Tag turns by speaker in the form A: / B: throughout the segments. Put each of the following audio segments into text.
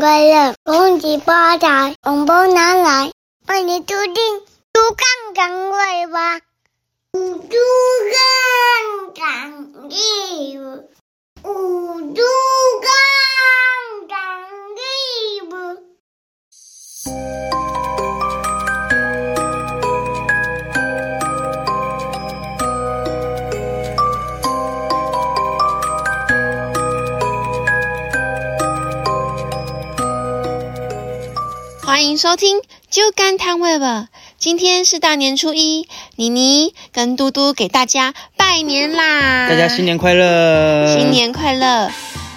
A: 快乐，恭喜发财，红包拿来，为你注定猪杠杆会吧，五猪杠杆一，五猪杠杆一不。
B: 欢迎收听《就干摊位吧》。今天是大年初一，妮妮跟嘟嘟给大家拜年啦！
C: 大家新年快乐！
B: 新年快乐！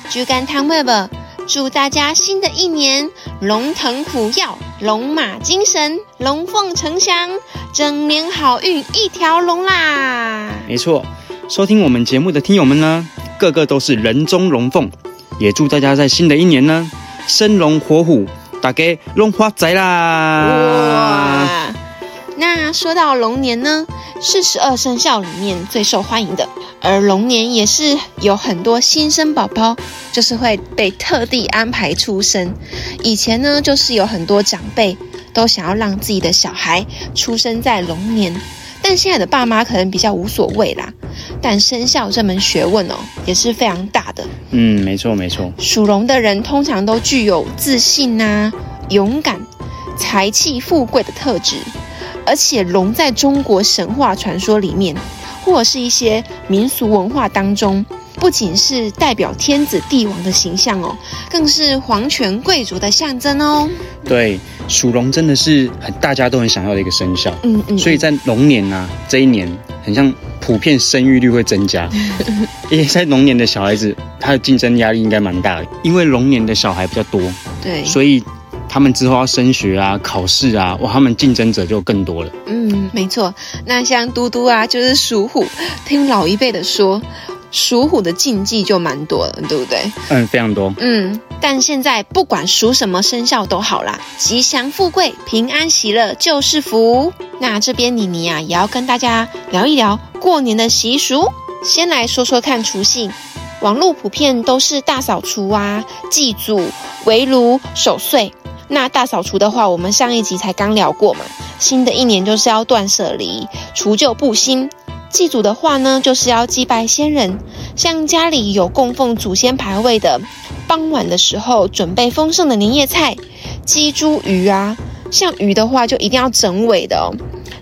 B: 就干摊位吧，祝大家新的一年龙腾虎跃，龙马精神，龙凤呈祥，整年好运一条龙啦！
C: 没错，收听我们节目的听友们呢，个个都是人中龙凤，也祝大家在新的一年呢，生龙活虎，大家龙发财啦！
B: 哇！那说到龙年呢，是十二生肖里面最受欢迎的，而龙年也是有很多新生宝宝，就是会被特地安排出生。以前呢，就是有很多长辈都想要让自己的小孩出生在龙年，但现在的爸妈可能比较无所谓啦。但生肖这门学问哦，也是非常大的，
C: 嗯，没错没错，
B: 属龙的人通常都具有自信呐、勇敢、财气、富贵的特质，而且龙在中国神话传说里面，或者是一些民俗文化当中，不仅是代表天子帝王的形象哦，更是皇权贵族的象征哦。
C: 对，属龙真的是很大家都很想要的一个生肖，
B: 嗯嗯，
C: 所以在龙年啊这一年，很像普遍生育率会增 加，因为在龙年的小孩子，他的竞争压力应该蛮大的，因为龙年的小孩比较多，
B: 对，
C: 所以他们之后要升学啊、考试啊，哇，他们竞争者就更多了。
B: 嗯，没错。那像嘟嘟啊，就是属虎，听老一辈的说，属虎的禁忌就蛮多了，对不对？
C: 嗯，非常多。
B: 嗯，但现在不管属什么生肖都好啦，吉祥富贵、平安喜乐就是福。那这边妮妮啊，也要跟大家聊一聊过年的习俗。先来说说看除夕，网络普遍都是大扫除啊、祭祖、围炉、守岁。那大扫除的话，我们上一集才刚聊过嘛。新的一年就是要断舍离，除旧布新。祭祖的话呢，就是要祭拜先人，像家里有供奉祖先牌位的，傍晚的时候准备丰盛的年夜菜，鸡、猪、鱼啊。像鱼的话，就一定要整尾的哦，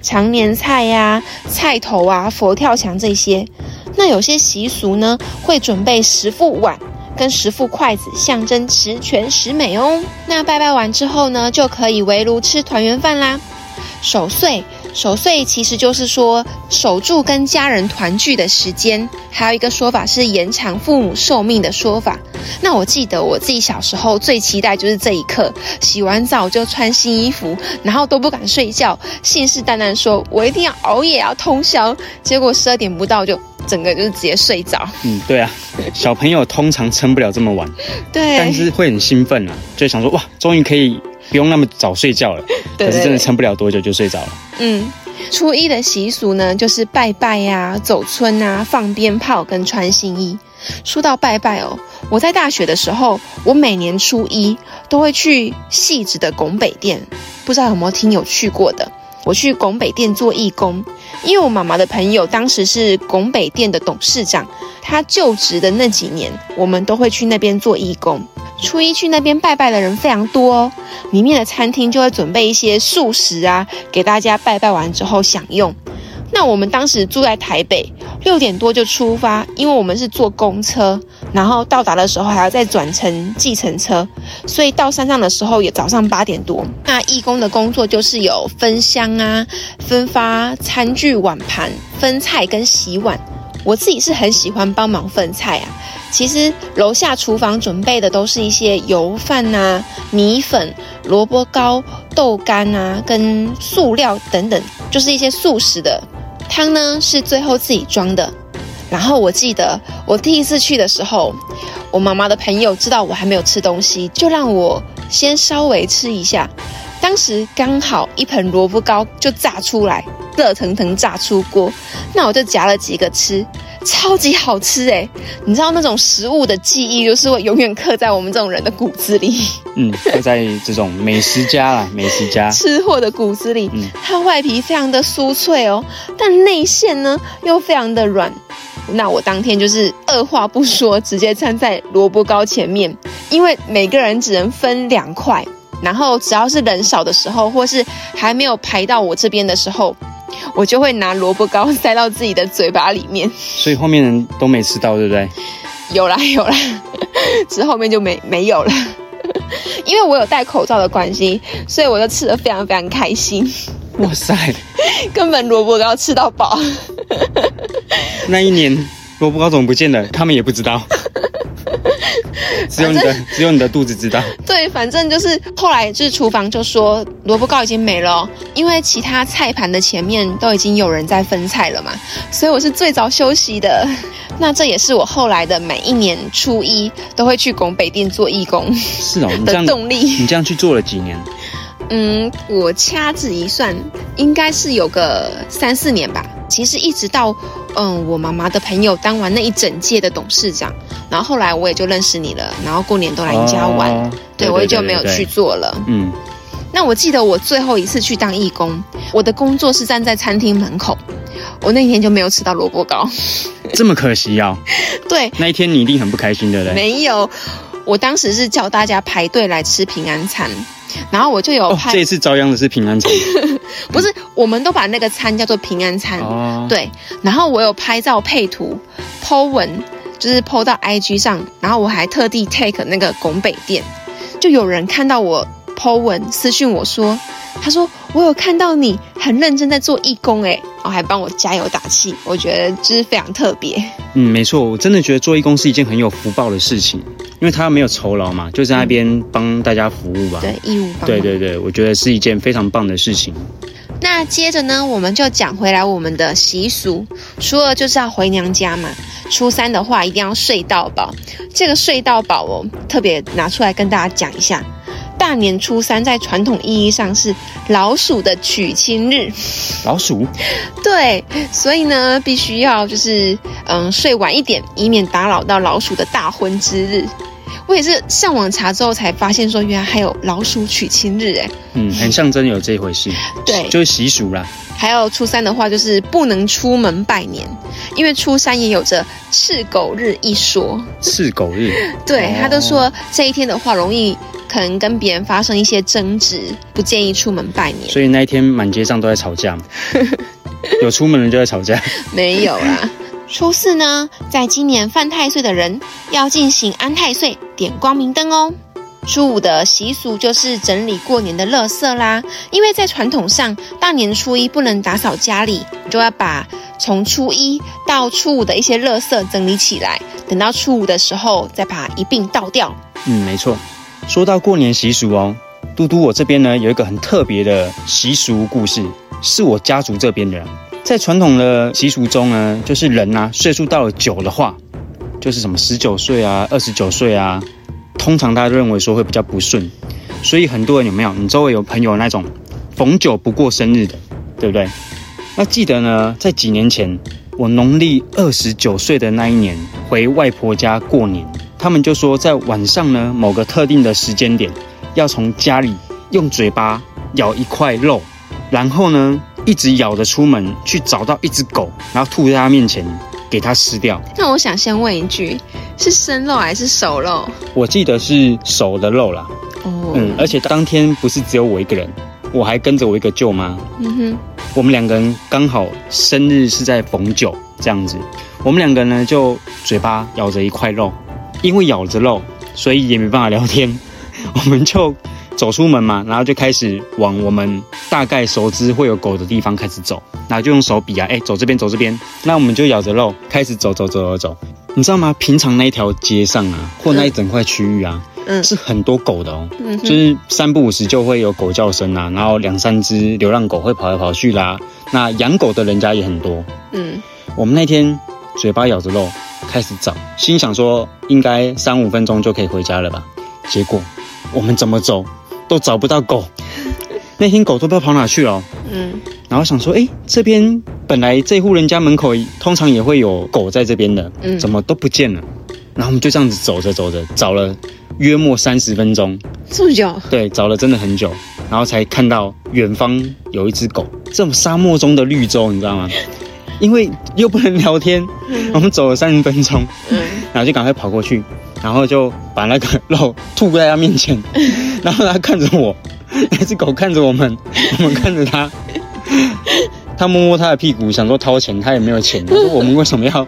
B: 常年菜呀、菜头啊、佛跳墙这些。那有些习俗呢，会准备十副碗跟十副筷子，象征十全十美哦。那拜拜完之后呢，就可以围炉吃团圆饭啦。守岁，守岁其实就是说守住跟家人团聚的时间，还有一个说法是延长父母寿命的说法。那我记得我自己小时候最期待就是这一刻，洗完澡就穿新衣服，然后都不敢睡觉，信誓旦旦说我一定要熬夜要通宵，结果十二点不到就整个就是直接睡着。
C: 嗯，对啊，小朋友通常撑不了这么晚，
B: 对，
C: 但是会很兴奋啊，就想说哇，终于可以不用那么早睡觉 了。
B: 对
C: 可是
B: 对
C: 真
B: 对
C: 的撑不了多久就睡着了。
B: 嗯，初一的习俗呢，就是拜拜呀、走村啊、放鞭炮跟穿新衣。说到拜拜哦，我在大学的时候，我每年初一都会去细致的拱北店，不知道有没有听友去过的。我去拱北店做义工，因为我妈妈的朋友当时是拱北店的董事长，他就职的那几年，我们都会去那边做义工。初一去那边拜拜的人非常多哦，里面的餐厅就会准备一些素食啊，给大家拜拜完之后享用。那我们当时住在台北，六点多就出发，因为我们是坐公车，然后到达的时候还要再转乘计程车，所以到山上的时候也早上八点多。那义工的工作就是有分香啊、分发餐具、碗盘、分菜跟洗碗。我自己是很喜欢帮忙分菜啊，其实楼下厨房准备的都是一些油饭呐、米粉、萝卜糕、豆干啊，跟塑料等等，就是一些素食的。汤呢是最后自己装的。然后我记得我第一次去的时候，我妈妈的朋友知道我还没有吃东西，就让我先稍微吃一下。当时刚好一盆萝卜糕就炸出来，热腾腾炸出锅，那我就夹了几个吃。超级好吃哎！你知道那种食物的记忆，就是会永远刻在我们这种人的骨子里，
C: 嗯，会在这种美食家啦，美食 家，
B: 吃货的骨子里。
C: 嗯
B: 它外皮非常的酥脆哦，但内馅呢又非常的软。那我当天就是二话不说，直接站在萝卜糕前面，因为每个人只能分两块，然后只要是人少的时候，或是还没有排到我这边的时候，我就会拿萝卜糕塞到自己的嘴巴里面。
C: 所以后面人都没吃到，对不对？
B: 有啦有啦， 之后面就没没有了。 因为我有戴口罩的关系，所以我就吃的非常非常开心，
C: 哇塞，
B: 根本萝卜糕吃到饱。
C: 那一年萝卜糕怎么不见了？他们也不知 道，只有你的，只有你的肚子知道。
B: 对，反正就是后来就是厨房就说萝卜糕已经没了哦，因为其他菜盘的前面都已经有人在分菜了嘛，所以我是最早休息的。那这也是我后来的每一年初一都会去拱北店做义工
C: 是哦，你
B: 的
C: 这样，
B: 动力。
C: 你这样去做了几年？
B: 嗯，我掐指一算，应该是有个三四年吧。其实一直到嗯，我妈妈的朋友当完那一整届的董事长，然后后来我也就认识你了，然后过年都来你家玩，
C: 哦
B: 对我也就没有去。做了。
C: 嗯，
B: 那我记得我最后一次去当义工，我的工作是站在餐厅门口，我那天就没有吃到萝卜糕。
C: 这么可惜哦，
B: 对，
C: 那一天你一定很不开心，对不对？
B: 没有，我当时是叫大家排队来吃平安餐，然后我就有
C: 哦，
B: 拍，
C: 这一次遭殃的是平安城。
B: 不是，我们都把那个餐叫做平安餐，
C: 哦，
B: 对，然后我有拍照配图，po 文，就是 po 到 IG 上，然后我还特地 take 那个拱北店，就有人看到我 po 文私讯我说，他说我有看到你很认真在做义工诶，然后还帮我加油打气，我觉得就是非常特别。
C: 嗯，没错，我真的觉得做义工是一件很有福报的事情，因为他没有酬劳嘛，就在那边帮大家服务吧。
B: 对，义务帮忙。
C: 对对对，我觉得是一件非常棒的事情。
B: 那接着呢，我们就讲回来我们的习俗，初二就是要回娘家嘛，初三的话一定要睡到饱。这个睡到饱哦，特别拿出来跟大家讲一下。大年初三在传统意义上是老鼠的娶亲日，
C: 老鼠，
B: 对，所以呢必须要就是嗯睡晚一点，以免打扰到老鼠的大婚之日。我也是上网查之后才发现，说原来还有老鼠娶亲日，哎，
C: 嗯，很象征有这回事，
B: 对
C: 就是习 俗啦。
B: 还有初三的话，就是不能出门拜年，因为初三也有着赤狗日一说。
C: 赤狗日，
B: 对
C: 哦，
B: 他都说这一天的话，容易可能跟别人发生一些争执，不建议出门拜年。
C: 所以那一天满街上都在吵 架嘛，有出门人就在吵架。
B: 没有啦。初四呢，在今年犯太岁的人要进行安太岁，点光明灯哦。初五的习俗就是整理过年的垃圾啦，因为在传统上，大年初一不能打扫家里，就要把从初一到初五的一些垃圾整理起来，等到初五的时候再把它一并倒掉。
C: 嗯，没错。说到过年习俗哦，嘟嘟我这边呢有一个很特别的习俗故事，是我家族这边的。在传统的习俗中呢，就是人啊岁数到了九的话，就是什么十九岁啊、二十九岁啊，通常大家都认为说会比较不顺，所以很多人有没有？你周围有朋友那种逢九不过生日的，对不对？那记得呢，在几年前，我农历二十九岁的那一年回外婆家过年，他们就说在晚上呢某个特定的时间点，要从家里用嘴巴咬一块肉，然后呢一直咬着出门去找到一只狗，然后吐在它面前给它吃掉。
B: 那我想先问一句，是生肉还是熟肉？
C: 我记得是熟的肉啦，
B: 哦
C: 嗯，而且当天不是只有我一个人，我还跟着我一个舅妈，
B: 嗯哼，
C: 我们两个人刚好生日是在逢九这样子，我们两个人呢就嘴巴咬着一块肉，因为咬着肉，所以也没办法聊天，我们就走出门嘛，然后就开始往我们大概熟知会有狗的地方开始走，然后就用手比啊，哎、走这边走这边，那我们就咬着肉开始走走走走走，你知道吗？平常那一条街上啊，或那一整块区域啊，
B: 嗯
C: 是很多狗的哦。
B: 嗯哼，
C: 就是三不五时就会有狗叫声啦、然后两三只流浪狗会跑来跑去啦。那养狗的人家也很多。
B: 嗯，
C: 我们那天嘴巴咬着肉开始找，心想说应该三五分钟就可以回家了吧。结果我们怎么走都 找不到狗，那天狗都不知道跑哪去了哦。
B: 嗯，
C: 然后想说，哎，这边本来这户人家门口通常也会有狗在这边的，
B: 嗯
C: 怎么都不见了。然后我们就这样子走着走着，找了约莫三十分钟，
B: 这么久，
C: 对，找了真的很久，然后才看到远方有一只狗。这种沙漠中的绿洲，你知道吗？因为又不能聊天，我们走了三十分钟，
B: 嗯，
C: 然后就赶快跑过去，然后就把那个肉吐在他面前，然后他看着我，那只狗看着我们，我们看着他，他摸摸他的屁股，想说掏钱，他也没有钱，他说我们为什么要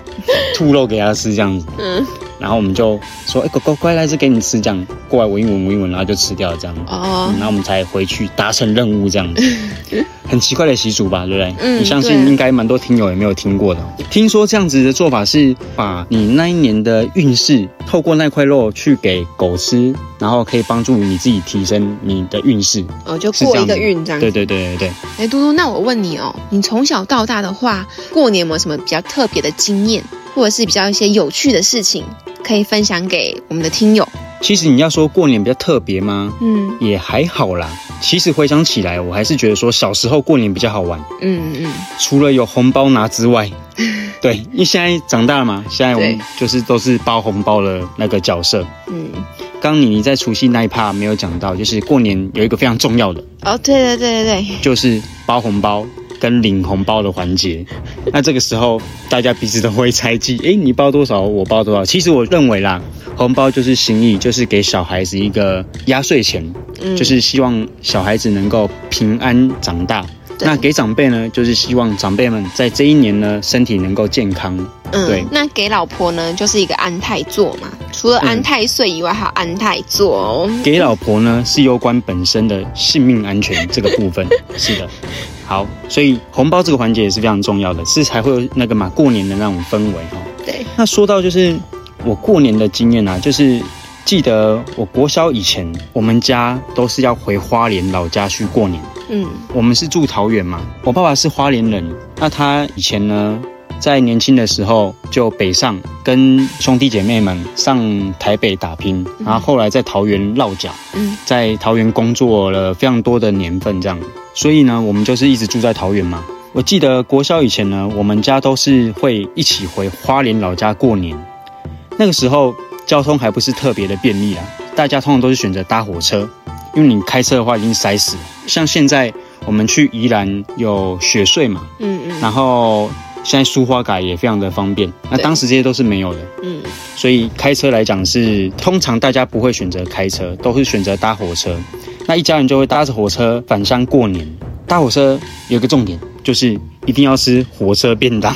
C: 吐肉给他吃这样子？
B: 嗯，
C: 然后我们就说，哎、狗狗乖，来这给你吃，这样过来闻一闻，闻一闻，然后就吃掉这样。
B: 哦
C: 嗯，然后我们才回去达成任务，这样子， 很奇怪的习俗吧，对不对？
B: 嗯
C: 我相信
B: 对
C: 应该蛮多听友也没有听过的哦。听说这样子的做法是把你那一年的运势，透过那块肉去给狗吃，然后可以帮助你自己提升你的运势，
B: 哦，就是过一
C: 子
B: 个运这样
C: 对
B: 子。
C: 对对对对。
B: 哎，嘟嘟，那我问你哦，你从小到大的话，过年有没有什么比较特别的经验，或者是比较一些有趣的事情，可以分享给我们的听友？
C: 其实你要说过年比较特别吗？
B: 嗯
C: 也还好啦。其实回想起来，我还是觉得说小时候过年比较好玩。
B: 嗯嗯，
C: 除了有红包拿之外，对，因为现在长大了嘛，现在我们
B: 对
C: 就是都是包红包的那个角色。
B: 嗯，
C: 刚你在除夕那一趴没有讲到，就是过年有一个非常重要的，
B: 哦，对对对对对，
C: 就是包红包跟领红包的环节。那这个时候大家彼此都会猜忌，诶，你包多少，我包多少。其实我认为啦，红包就是心意，就是给小孩子一个压岁钱，
B: 嗯，
C: 就是希望小孩子能够平安长大。
B: 对
C: 那给长辈呢，就是希望长辈们在这一年呢，身体能够健康。
B: 嗯
C: 对
B: 那给老婆呢，就是一个安泰座嘛，除了
C: 嗯
B: 安泰岁以外，还有安泰座哦。
C: 给老婆呢，是有关本身的性命安全这个部分。是的，好，所以红包这个环节也是非常重要的，是才会有那个嘛过年的那种氛围哈、哦。
B: 对，
C: 那说到就是我过年的经验啊，就是记得我国小以前，我们家都是要回花莲老家去过年。
B: 嗯
C: 我们是住桃园嘛，我爸爸是花莲人，那他以前呢，在年轻的时候就北上，跟兄弟姐妹们上台北打拼，然后后来在桃园落脚，
B: 嗯
C: 在桃园工作了非常多的年份这样，所以呢，我们就是一直住在桃园嘛。我记得国小以前呢，我们家都是会一起回花莲老家过年，那个时候交通还不是特别的便利啊，大家通常都是选择搭火车，因为你开车的话已经塞死了。像现在我们去宜兰有雪隧嘛，
B: 嗯嗯
C: 然后现在苏花改也非常的方便，那
B: 对
C: 当时这些都是没有的，
B: 嗯，
C: 所以开车来讲是通常大家不会选择开车，都是选择搭火车。那一家人就会搭着火车返乡过年。搭火车有一个重点就是一定要吃火车便 当。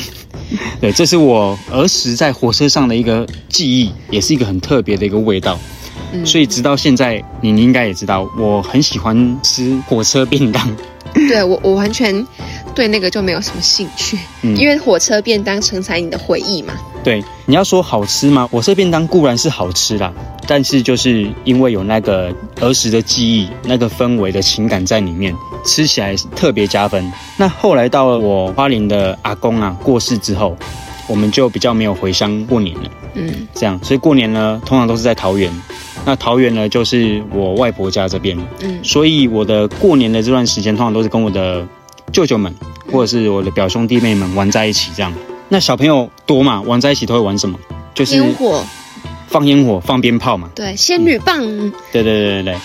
C: 对，这是我儿时在火车上的一个记忆，也是一个很特别的一个味道。
B: 嗯
C: 所以直到现在，你你应该也知道，我很喜欢吃火车便当。
B: 对我我完全对那个就没有什么兴趣，
C: 嗯
B: 因为火车便当承载你的回忆嘛。
C: 对，你要说好吃吗？火车便当固然是好吃啦，但是就是因为有那个儿时的记忆、那个氛围的情感在里面，吃起来特别加分。那后来到了我花莲的阿公啊过世之后，我们就比较没有回乡过年了，
B: 嗯
C: 这样，所以过年呢通常都是在桃园。那桃园呢就是我外婆家这边，
B: 嗯
C: 所以我的过年的这段时间，通常都是跟我的舅舅们
B: 嗯
C: 或者是我的表兄弟妹们玩在一起这样。那小朋友多嘛，玩在一起都会玩什么？就是
B: 烟火，
C: 放烟火、放鞭炮嘛。
B: 对，仙女棒，
C: 对对对对对。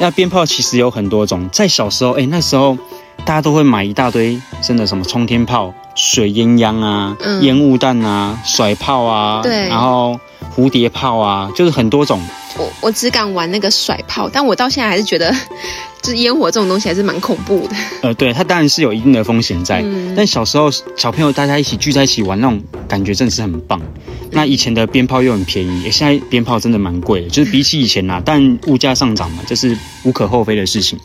C: 那鞭炮其实有很多种，在小时候，哎、那时候大家都会买一大堆，真的什么冲天炮、水烟枪啊、
B: 嗯
C: 烟雾弹啊、甩炮啊，
B: 对
C: 然后蝴蝶炮啊，就是很多种。
B: 我我只敢玩那个甩炮，但我到现在还是觉得， 就是烟火这种东西还是蛮恐怖的。
C: 呃，对，它当然是有一定的风险在，
B: 嗯
C: 但小时候小朋友大家一起聚在一起玩，那种感觉真的是很棒。那以前的鞭炮又很便宜，诶现在鞭炮真的蛮贵的，就是比起以前啦、但物价上涨嘛，这是无可厚非的事情。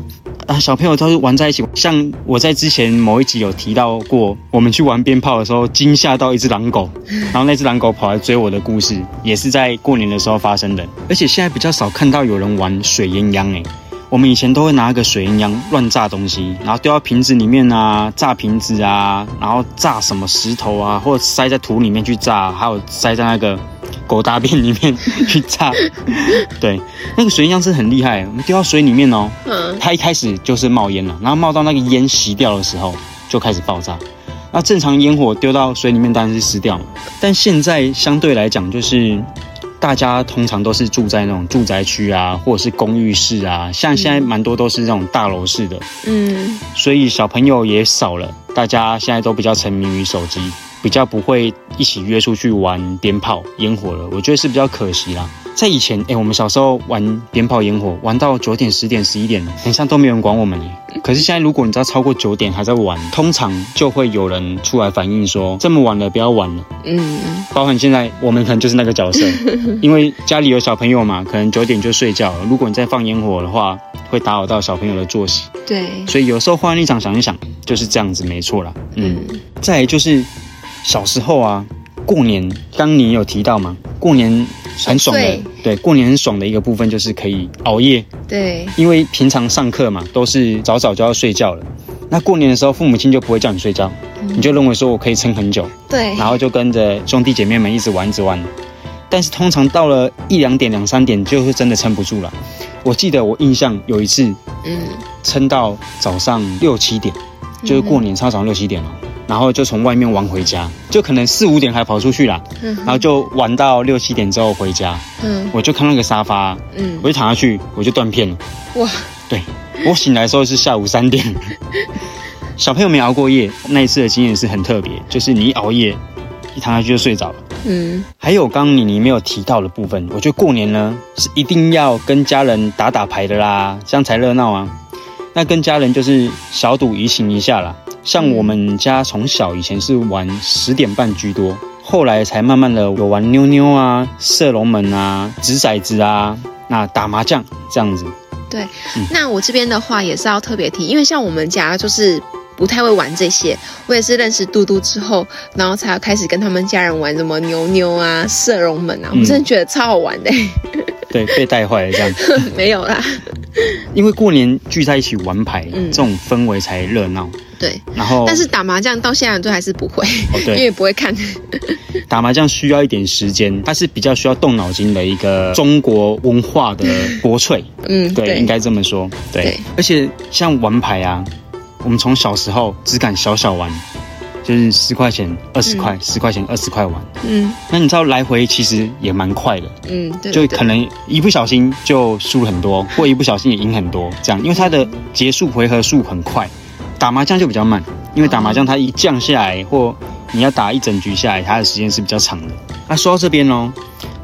C: 啊，小朋友都是玩在一起，像我在之前某一集有提到过，我们去玩鞭炮的时候惊吓到一只狼狗，然后那只狼狗跑来追我的故事，也是在过年的时候发生的。而且现在比较少看到有人玩水欸烟枪诶，我们以前都会拿一个水烟枪乱炸东西，然后丢到瓶子里面啊，炸瓶子啊，然后炸什么石头啊，或者塞在土里面去炸，还有塞在那个狗大便里面去炸。对，那个水烟枪是很厉害，我们丢到水里面哦，
B: 嗯
C: 它一开始就是冒烟了，然后冒到那个烟熄掉的时候就开始爆炸。那正常烟火丢到水里面当然是湿掉嘛，但现在相对来讲，就是大家通常都是住在那种住宅区啊，或者是公寓式啊，像现在蛮多都是那种大楼式的，
B: 嗯，
C: 所以小朋友也少了，大家现在都比较沉迷于手机，比较不会一起约出去玩鞭炮、烟火了。我觉得是比较可惜啦。在以前，哎、我们小时候玩鞭炮、烟火，玩到九点、十点、十一点，很像都没有人管我们耶。 可是现在，如果你知道超过九点还在玩，通常就会有人出来反映说，这么晚了，不要玩了。
B: 嗯，
C: 包含现在我们可能就是那个角 色，因为家里有小朋友嘛，可能九点就睡觉了。如果你再放烟火的话，会打扰到小朋友的作息。
B: 嗯对，
C: 所以有时候换立场想一想，就是这样子，没错啦。嗯，
B: 嗯
C: 再来就是小时候啊，过年，刚你有提到嘛，过年很爽的
B: 睡，
C: 对，过年很爽的一个部分就是可以熬夜，
B: 对，
C: 因为平常上课嘛都是早早就要睡觉了。那过年的时候，父母亲就不会叫你睡觉，你就认为说我可以撑很久，
B: 对，
C: 然后就跟着兄弟姐妹们一直玩，一直玩。但是通常到了一两点、两三点，就是真的撑不住了。我记得我印象有一次，
B: 嗯，
C: 撑到早上六七点，就是过年超早上六七点了、然后就从外面玩回家，就可能四五点还跑出去啦，然后就玩到六七点之后回家，
B: 嗯
C: 我就看那个沙发，
B: 嗯，
C: 我就躺下去，我就断片了。
B: 哇，
C: 对我醒来的时候是下午三点，小朋友没熬过夜，那一次的经验是很特别，就是你一熬夜，一躺下去就睡着了。
B: 嗯，
C: 还有刚刚你你没有提到的部分，我觉得过年呢是一定要跟家人打打牌的啦，这样才热闹啊。那跟家人就是小赌怡情一下啦。像我们家从小以前是玩十点半居多，后来才慢慢的有玩妞妞啊、射龙门啊、掷骰子啊、那打麻将这样子。
B: 对。
C: 嗯
B: 那我这边的话也是要特别提，因为像我们家就是。不太会玩这些，我也是认识嘟嘟之后，然后才开始跟他们家人玩什么牛牛啊、射龙门啊，我
C: 嗯
B: 真的觉得超好 玩的、
C: 对，被带坏了这样，
B: 没有啦，
C: 因为过年聚在一起玩牌，
B: 嗯
C: 这种氛围才热闹。
B: 对。
C: 然后，
B: 但是打麻将到现在都还是不会，
C: 哦
B: 因
C: 对，
B: 为不会 看。
C: 打麻将需要一点时间，它是比较需要动脑筋的一个中国文化的国粹，
B: 嗯，
C: 对，应该这么说，对。
B: 对
C: 而且像玩牌啊，我们从小时候只敢小小玩，就是十块钱、二十块、十块钱、二十块玩。
B: 嗯
C: 那你知道来回其实也蛮快的，
B: 嗯，对，
C: 就
B: 对
C: 可能一不小心就输很多，或一不小心也赢很多，这样，因为它的结束回合数很快，打麻将就比较慢，因为打麻将它一降下来或你要打一整局下来，它的时间是比较长的。那说到这边哦，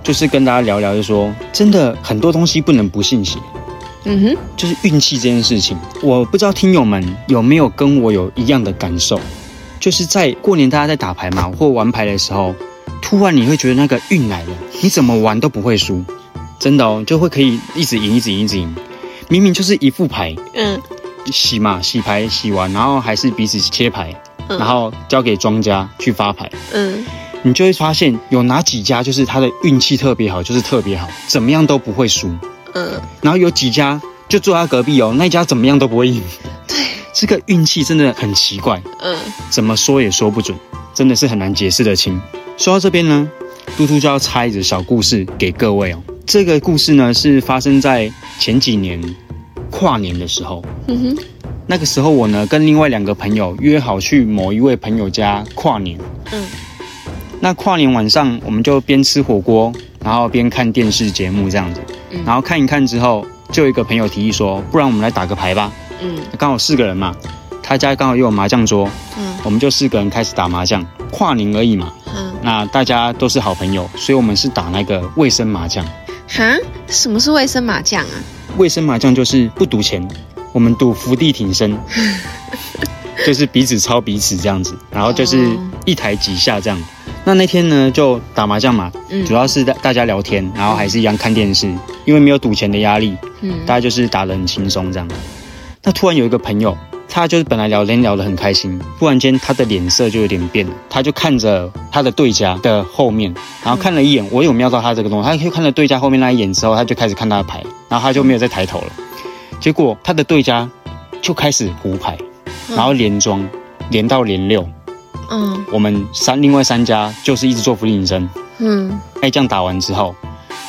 C: 就是跟大家聊聊，就说真的很多东西不能不信邪，
B: 嗯哼，
C: 就是运气这件事情，我不知道听友们有没有跟我有一样的感受，就是在过年大家在打牌嘛或玩牌的时候，突然你会觉得那个运来了，你怎么玩都不会输，真的哦，就会可以一直赢，一直赢，一直赢。明明就是一副牌，
B: 嗯
C: 洗嘛洗牌洗完，然后还是彼此切牌，
B: 嗯
C: 然后交给庄家去发牌，
B: 嗯
C: 你就会发现有哪几家就是他的运气特别好，就是特别好，怎么样都不会输。
B: 嗯，
C: 然后有几家就坐他隔壁哦，那一家怎么样都不会赢。这个运气真的很奇怪，
B: 嗯
C: 怎么说也说不准，真的是很难解释的清。说到这边呢，嘟嘟就要插一则小故事给各位哦。这个故事呢是发生在前几年跨年的时候，
B: 嗯哼，
C: 那个时候我呢跟另外两个朋友约好去某一位朋友家跨年。
B: 嗯。
C: 那跨年晚上我们就边吃火锅，然后边看电视节目这样子。
B: 嗯
C: 然后看一看之后，就有一个朋友提议说，不然我们来打个牌吧。
B: 嗯
C: 刚好四个人嘛，他家刚好又有麻将桌，
B: 嗯
C: 我们就四个人开始打麻将。跨年而已嘛，
B: 嗯，
C: 那大家都是好朋友，所以我们是打那个卫生麻将。
B: 哈，什么是卫生麻将啊？
C: 卫生麻将就是不赌钱，我们赌伏地挺身，就是彼此抄彼此这样子，然后就是一台几下这样。那那天呢，就打麻将嘛，
B: 嗯
C: 主要是大大家聊天，然后还是一样看电视，因为没有赌钱的压力，
B: 嗯
C: 大家就是打得很轻松这样。那突然有一个朋友，他就是本来聊天聊得很开心，突然间他的脸色就有点变了，他就看着他的对家的后面，然后看了一眼，我有瞄到他这个动作，他就看了对家后面那一眼之后，他就开始看他的牌，然后他就没有再抬头了。结果他的对家就开始胡牌，
B: 嗯
C: 然后连庄，连到连六，
B: 嗯
C: 我们三另外三家就是一直做伏地挺身。
B: 嗯
C: 哎，这样打完之后，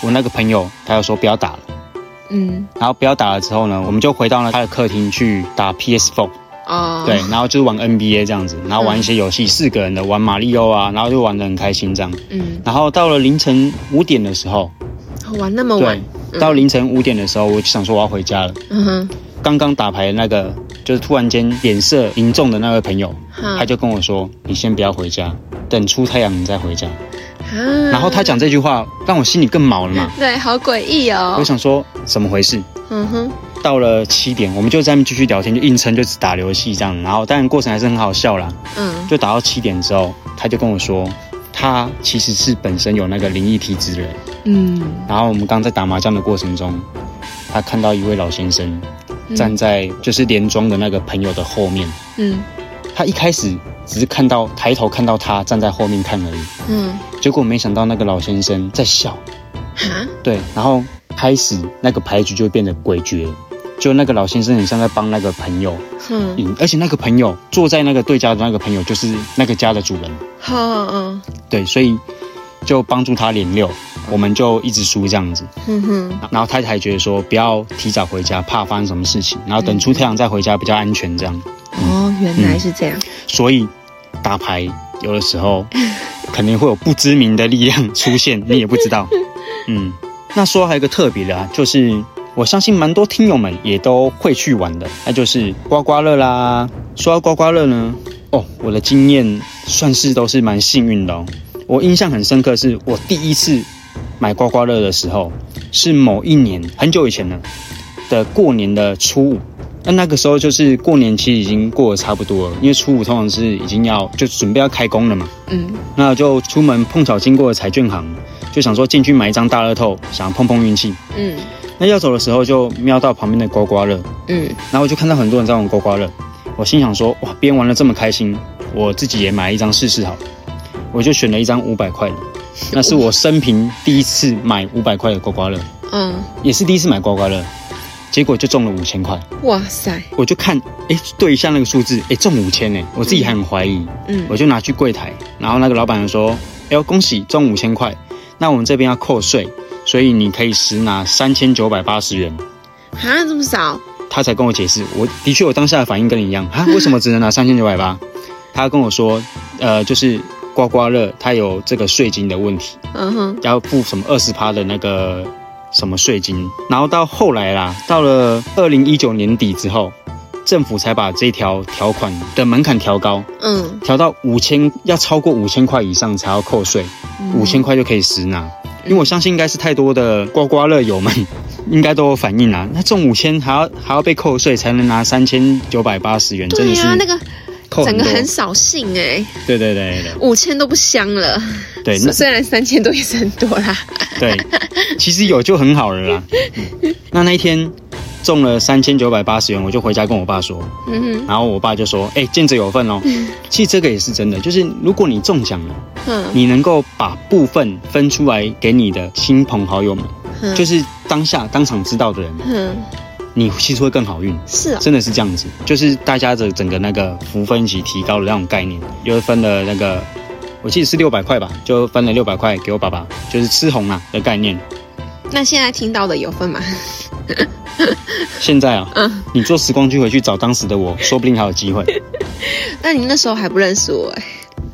C: 我那个朋友他就说不要打了。
B: 嗯
C: 然后不要打了之后呢，我们就回到了他的客厅去打 PS4。
B: 哦，
C: 对，，然后就是玩 NBA 这样子，然后玩一些游戏，四个人的玩马里奥啊，然后就玩得很开心这样。
B: 嗯，
C: 然后到了凌晨五点的时候，
B: 玩那么
C: 对
B: 晚，，
C: 到凌晨五点的时候，我就想说我要回家了。
B: 嗯哼，
C: 刚刚打牌的那个，就是突然间脸色凝重的那位朋友，
B: 好
C: 他就跟我说：“你先不要回家，等出太阳你再回家。”
B: 啊
C: 然后他讲这句话，让我心里更毛了嘛。
B: 对，好诡异哦
C: 我，想说怎么回事？
B: 嗯哼，
C: 到了七点，我们就在那边继续聊天，就硬撑，就只打游戏这样。然后，但过程还是很好笑啦。
B: 嗯，
C: 就打到七点之后，他就跟我说，他其实是本身有那个灵异体质的人。
B: 嗯，
C: 然后我们刚在打麻将的过程中，他看到一位老先生
B: 嗯
C: 站，在就是连庄的那个朋友的后面。
B: 嗯
C: 他一开始只是看到抬头看到他站在后面看而已，
B: 嗯，
C: 结果没想到那个老先生在笑。
B: 哈，
C: 对，然后开始那个牌局就变得诡谲，就那个老先生很像在帮那个朋友
B: 嗯，
C: 赢，而且那个朋友坐在那个对家的那个朋友就是那个家的主人，
B: 好，嗯
C: 对，所以就帮助他连六，我们就一直输这样子，
B: 嗯哼，
C: 然后他才觉得说不要提早回家，怕发生什么事情，然后等出太阳再回家比较安全这样，
B: 哦，原来是这样，
C: 所以打牌有的时候肯定会有不知名的力量出现，你也不知道。嗯，那说还有一个特别的啊，就是我相信蛮多听友们也都会去玩的，那就是刮刮乐啦。说到刮刮乐呢，哦，我的经验算是都是蛮幸运的哦。我印象很深刻是，我第一次买刮刮乐的时候，是某一年很久以前了的过年的初五。那那个时候就是过年，其实已经过得差不多了，因为初五通常是已经要就准备要开工了嘛。
B: 嗯
C: 那我就出门碰巧经过彩券行，就想说进去买一张大乐透，想碰碰运气。
B: 嗯
C: 那要走的时候就瞄到旁边的刮刮乐，
B: 嗯
C: 然后我就看到很多人在玩刮刮乐，我心想说哇，别人玩的这么开心，我自己也买一张试试好了。我就选了一张五百块的，那是我生平第一次买五百块的刮刮乐，
B: 嗯，
C: 也是第一次买刮刮乐，结果就中了五千块。
B: 哇塞，
C: 我就看，哎，对一下那个数字，哎，中五千哎，我自己还很怀疑，
B: 嗯
C: 我就拿去柜台，然后那个老板就说，哎呦，恭喜中五千块，那我们这边要扣税，所以你可以实拿三千九百八十元。
B: 啊，这么少，
C: 他才跟我解释，我的确我当下的反应跟你一样，啊哈，为什么只能拿三千九百八？他跟我说，呃，就是刮刮乐它有这个税金的问题，
B: 嗯哼，
C: 要付什么二十趴的那个什么税金，然后到后来啦，到了二零一九年底之后，政府才把这条条款的门槛调高，
B: 嗯，
C: 调到五千，要超过五千块以上才要扣税，
B: 嗯
C: 五千块就可以实拿。因为我相信应该是太多的刮刮乐友们应该都有反应啦、那中五千还要还要被扣税才能拿三千九百八十元，
B: 对
C: 真
B: 啊
C: 的是
B: 呀，那个
C: 扣
B: 整
C: 很
B: 个
C: 多。
B: 很扫兴哎，
C: 对对对对
B: 五千都不香了，
C: 对，那
B: 虽然三千多也是很多 啦，
C: 对，其实有就很好了啦。嗯那那一天中了三千九百八十元，我就回家跟我爸说，
B: 嗯
C: 然后我爸就说：“哎、见者有份哦。”其实这个也是真的，就是如果你中奖了，
B: 哼，嗯
C: 你能够把部分分出来给你的亲朋好友们，
B: 嗯
C: 就是当下当场知道的人，
B: 嗯，
C: 你其实会更好运。
B: 是哦，
C: 真的是这样子，就是大家的整个那个福分一起提高的那种概念，就是分了那个，我记得是六百块吧，就分了六百块给我爸爸，就是吃红啊的概念。
B: 那现在听到的有分吗？
C: 现在啊，
B: 嗯
C: 你坐时光机回去找当时的我，说不定还有机会。
B: 那你那时候还不认识我哎、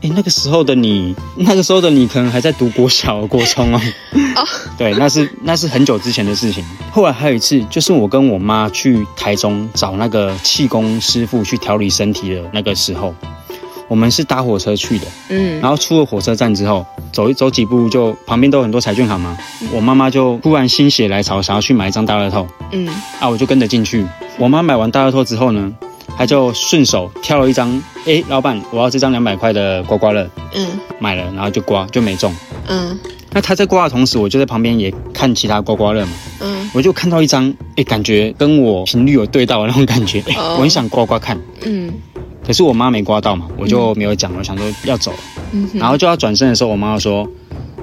C: 哎，那个时候的你，那个时候的你可能还在读国小、国中哦。
B: 哦，
C: 对，那是那是很久之前的事情。后来还有一次，就是我跟我妈去台中找那个气功师傅去调理身体的那个时候，我们是搭火车去的。
B: 嗯
C: 然后出了火车站之后，走一走几步就旁边都有很多彩券行嘛。我妈妈就突然心血来潮，想要去买一张大乐透
B: 嗯，
C: 啊，我就跟着进去。我妈买完大乐透之后呢，她就顺手挑了一张，诶，老板，我要这张两百块的刮刮乐，
B: 嗯
C: 买了，然后就刮，就没中。
B: 嗯
C: 那她在刮的同时，我就在旁边也看其他刮刮乐嘛，
B: 嗯
C: 我就看到一张，诶，感觉跟我频率有对到的那种感觉，诶，
B: 哦
C: 我很想刮刮看，
B: 嗯
C: 可是我妈没刮到嘛，我就没有讲，我想说要走了。
B: 嗯哼，
C: 然后就要转身的时候，我妈就说：“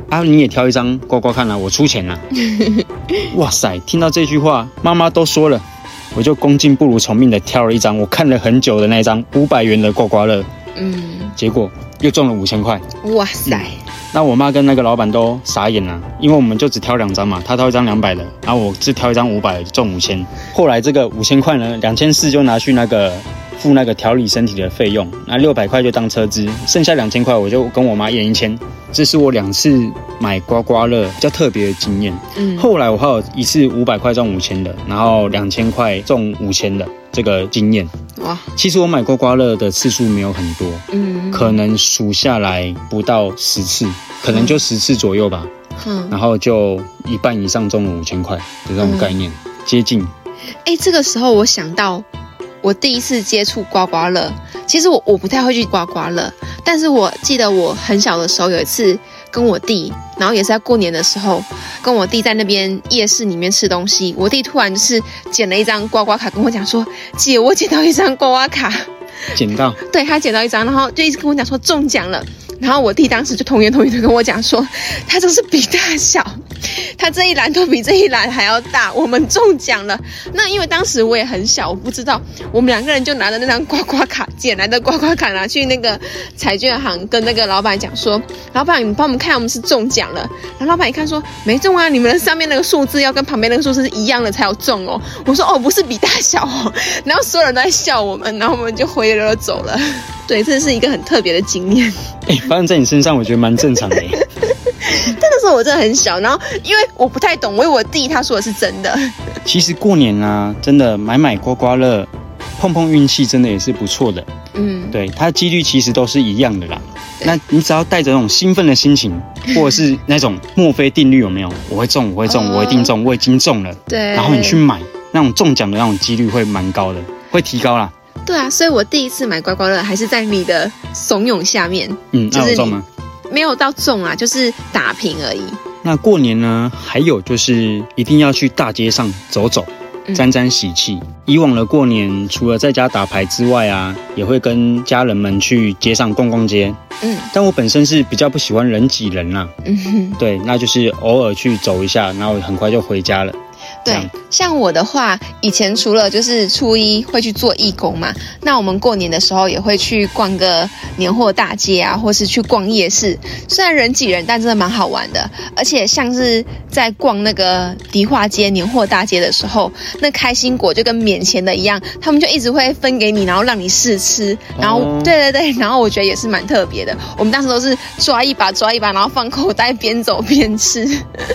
C: 啊，你也挑一张刮刮看啦、啊我出钱啦、哇塞，听到这句话，妈妈都说了，我就恭敬不如从命的挑了一张我看了很久的那一张五百元的刮刮乐，
B: 嗯，
C: 结果又中了五千块。
B: 哇塞，
C: 那我妈跟那个老板都傻眼了、因为我们就只挑两张嘛，她挑一张两百的，然后我只挑一张五百，中五千。后来这个五千块呢，两千四就拿去那个付那个调理身体的费用，那六百块就当车资，剩下两千块我就跟我妈验一千。这是我两次买刮刮乐比较特别的经验。
B: 嗯，
C: 后来我还有一次五百块中五千的，然后两千块中五千的这个经验。
B: 哇，
C: 其实我买刮刮乐的次数没有很多，
B: 嗯，
C: 可能数下来不到十次，可能就十次左右吧。
B: 嗯，
C: 然后就一半以上中了五千块的这种概念，接近。
B: 哎、这个时候我想到，我第一次接触刮刮乐，其实我我不太会去刮刮乐，但是我记得我很小的时候有一次跟我弟，然后也是在过年的时候，跟我弟在那边夜市里面吃东西，我弟突然就是捡了一张刮刮卡，跟我讲说：“姐，我捡到一张刮刮卡。”
C: 捡 到，
B: 对他捡到一张，然后就一直跟我讲说中奖了。然后我弟当时就童言童语的跟我讲说，他这是比大小，他这一栏都比这一栏还要大，我们中奖了。那因为当时我也很小，我不知道，我们两个人就拿着那张刮刮卡捡来的刮刮卡拿去那个彩券行跟那个老板讲说，老板你帮我们看我们是中奖了。然后老板一看说没中啊，你们上面那个数字要跟旁边那个数字是一样的才有中哦。我说哦不是比大小哦，然后所有人都在笑我们，然后我们就灰溜溜走了。对，这是一个很特别的经验。
C: 哎、发生在你身上，我觉得蛮正常的、欸
B: 但那时候我真的很小，然后因为我不太懂，我以为我弟他说的是真的。
C: 其实过年啊，真的买买刮刮乐，碰碰运气，真的也是不错的。
B: 嗯，
C: 对，它几率其实都是一样的啦。那你只要带着那种兴奋的 心情，或者是那种墨菲定律有没有？我会中，我会中，
B: 哦
C: 我一定中，我已经中了。
B: 对。
C: 然后你去买那种中奖的那种几率会蛮高的，会提高啦。
B: 对啊，所以我第一次买刮刮乐还是在你的怂恿下面，
C: 嗯，
B: 就
C: 那
B: 是
C: 有中吗？
B: 没有到中啊，就是打平而已。
C: 那过年呢，还有就是一定要去大街上走走，
B: 嗯
C: 沾沾喜气。以往的过年，除了在家打牌之外啊，也会跟家人们去街上逛逛街。
B: 嗯
C: 但我本身是比较不喜欢人挤人啦、
B: 嗯哼，
C: 对，那就是偶尔去走一下，然后很快就回家了。
B: 对
C: 这样，
B: 像我的话，以前除了就是初一会去做义工嘛，那我们过年的时候也会去逛个年货大街啊，或是去逛夜市。虽然人挤人，但真的蛮好玩的。而且像是在逛那个迪化街年货大街的时候，那开心果就跟免钱的一样，他们就一直会分给你，然后让你试吃。然后，
C: 哦
B: 对对对，然后我觉得也是蛮特别的。我们当时都是抓一把抓一把，然后放口袋边走边吃。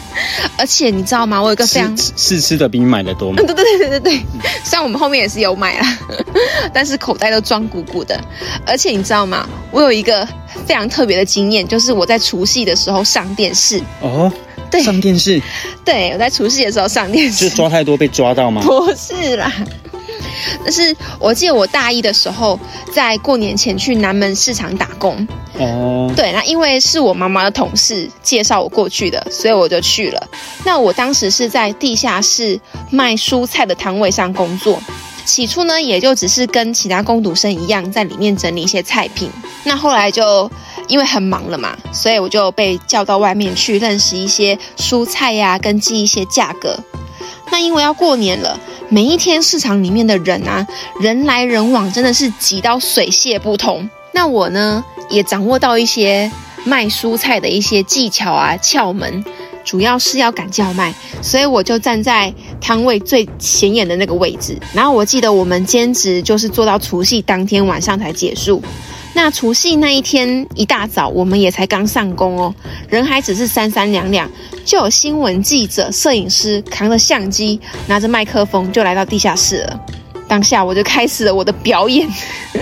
B: 而且你知道吗？我有一个非
C: 吃
B: 常
C: 吃吃吃的比买的多嘛
B: 嗯，？ 对对对对对，虽然我们后面也是有买啦， 但是口袋都装鼓鼓的。而且你知道吗？我有一个非常特别的经验，就是我在除夕的时候上电视。
C: 哦，
B: 嗯对
C: 上电视
B: 对，我在除夕的时候上电
C: 是
B: 视。
C: 抓太多被抓到吗？
B: 不是啦。但是我记得我大一的时候，在过年前去南门市场打工，
C: 哦，
B: 对，那因为是我妈妈的同事介绍我过去的，所以我就去了。那我当时是在地下室卖蔬菜的摊位上工作。起初呢，也就只是跟其他工读生一样，在里面整理一些菜品。那后来就因为很忙了嘛，所以我就被叫到外面去认识一些蔬菜呀、跟记一些价格。那因为要过年了，每一天市场里面的人啊，人来人往，真的是挤到水泄不通。那我呢，也掌握到一些卖蔬菜的一些技巧啊、窍门，主要是要赶叫卖，所以我就站在摊位最显眼的那个位置。然后我记得我们兼职就是做到除夕当天晚上才结束。那除夕那一天一大早，我们也才刚上工哦，人还只是三三两两，就有新闻记者、摄影师扛着相机，拿着麦克风就来到地下室了。当下我就开始了我的表演。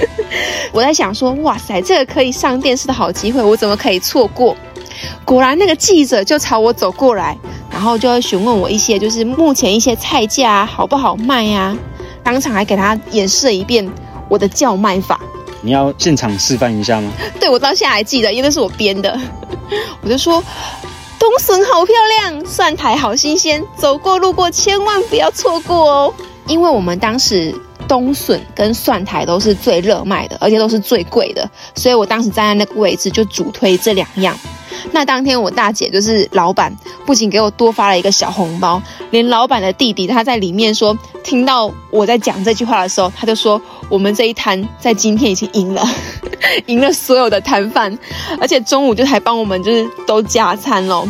B: 我在想说，哇塞，这个可以上电视的好机会，我怎么可以错过？果然，那个记者就朝我走过来，然后就会询问我一些，就是目前一些菜价、啊、好不好卖呀、当场还给他演示了一遍我的叫卖法。
C: 你要现场示范一下吗？
B: 对我到现在还记得，因为那是我编的。 我就说，冬笋好漂亮，蒜苔好新鲜，走过路过千万不要错过哦。因为我们当时冬笋跟蒜苔都是最热卖的，而且都是最贵的，所以我当时站在那个位置就主推这两样。那当天我大姐就是老板，不仅给我多发了一个小红包，连老板的弟弟他在里面说，听到我在讲这句话的时候，他就说我们这一摊在今天已经赢了。赢了所有的摊贩，而且中午就还帮我们就是都加餐喽。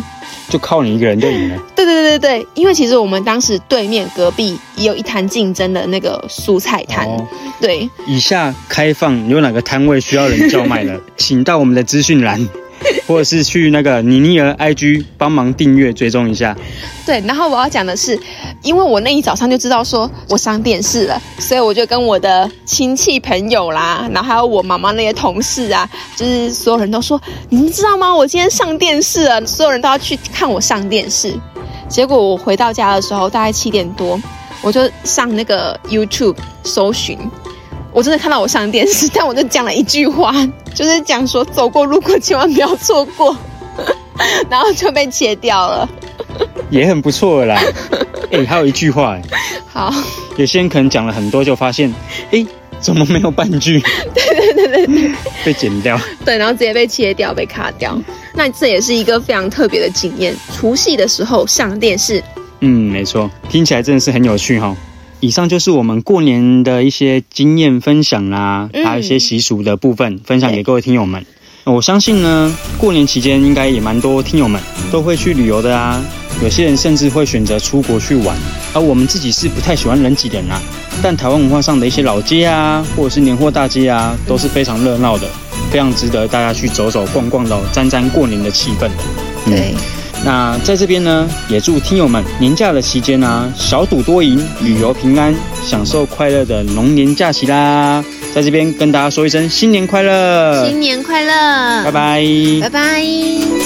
C: 就靠你一个人就 赢了。
B: 对对对对对，因为其实我们当时对面隔壁也有一摊竞争的那个蔬菜摊，
C: 哦
B: 对，
C: 以下开放有哪个摊位需要人叫卖的，请到我们的资讯 栏，或者是去那个妮妮儿 IG 帮忙订阅追踪一下。
B: 对，然后我要讲的是，因为我那一早上就知道说我上电视了，所以我就跟我的亲戚朋友啦，然后还有我妈妈那些同事啊，就是所有人都说，你们知道吗？我今天上电视了，所有人都要去看我上电视。结果我回到家的时候大概七点多，我就上那个 YouTube 搜寻。我真的看到我上电视，但我就讲了一句话，就是讲说走过路过千万不要错过， 然后就被切掉了。
C: 也很不错 了啦。哎、还有一句话、欸，
B: 好。
C: 有些人可能讲了很多，就发现，哎、怎么没有半句？ 对对对对， 被剪掉。
B: 对，然后直接被切掉、被卡掉。那这也是一个非常特别的经验。除夕的时候上电视，
C: 嗯，没错，听起来真的是很有趣哈、以上就是我们过年的一些经验分享啦，
B: 嗯
C: 还有一些习俗的部分分享给各位听友们。我相信呢，过年期间应该也蛮多听友们都会去旅游的啊，有些人甚至会选择出国去玩。而我们自己是不太喜欢人挤人啊，但台湾文化上的一些老街啊，或者是年货大街啊，都是非常热闹的，非常值得大家去走走逛逛的，沾沾过年的气氛的。嗯
B: 对，
C: 那在这边呢，也祝听友们年假的期间啊，少赌多赢，旅游平安，享受快乐的龙年假期啦！在这边跟大家说一声新年快乐，
B: 新年快乐，
C: 呃拜，
B: 拜
C: 拜
B: 拜。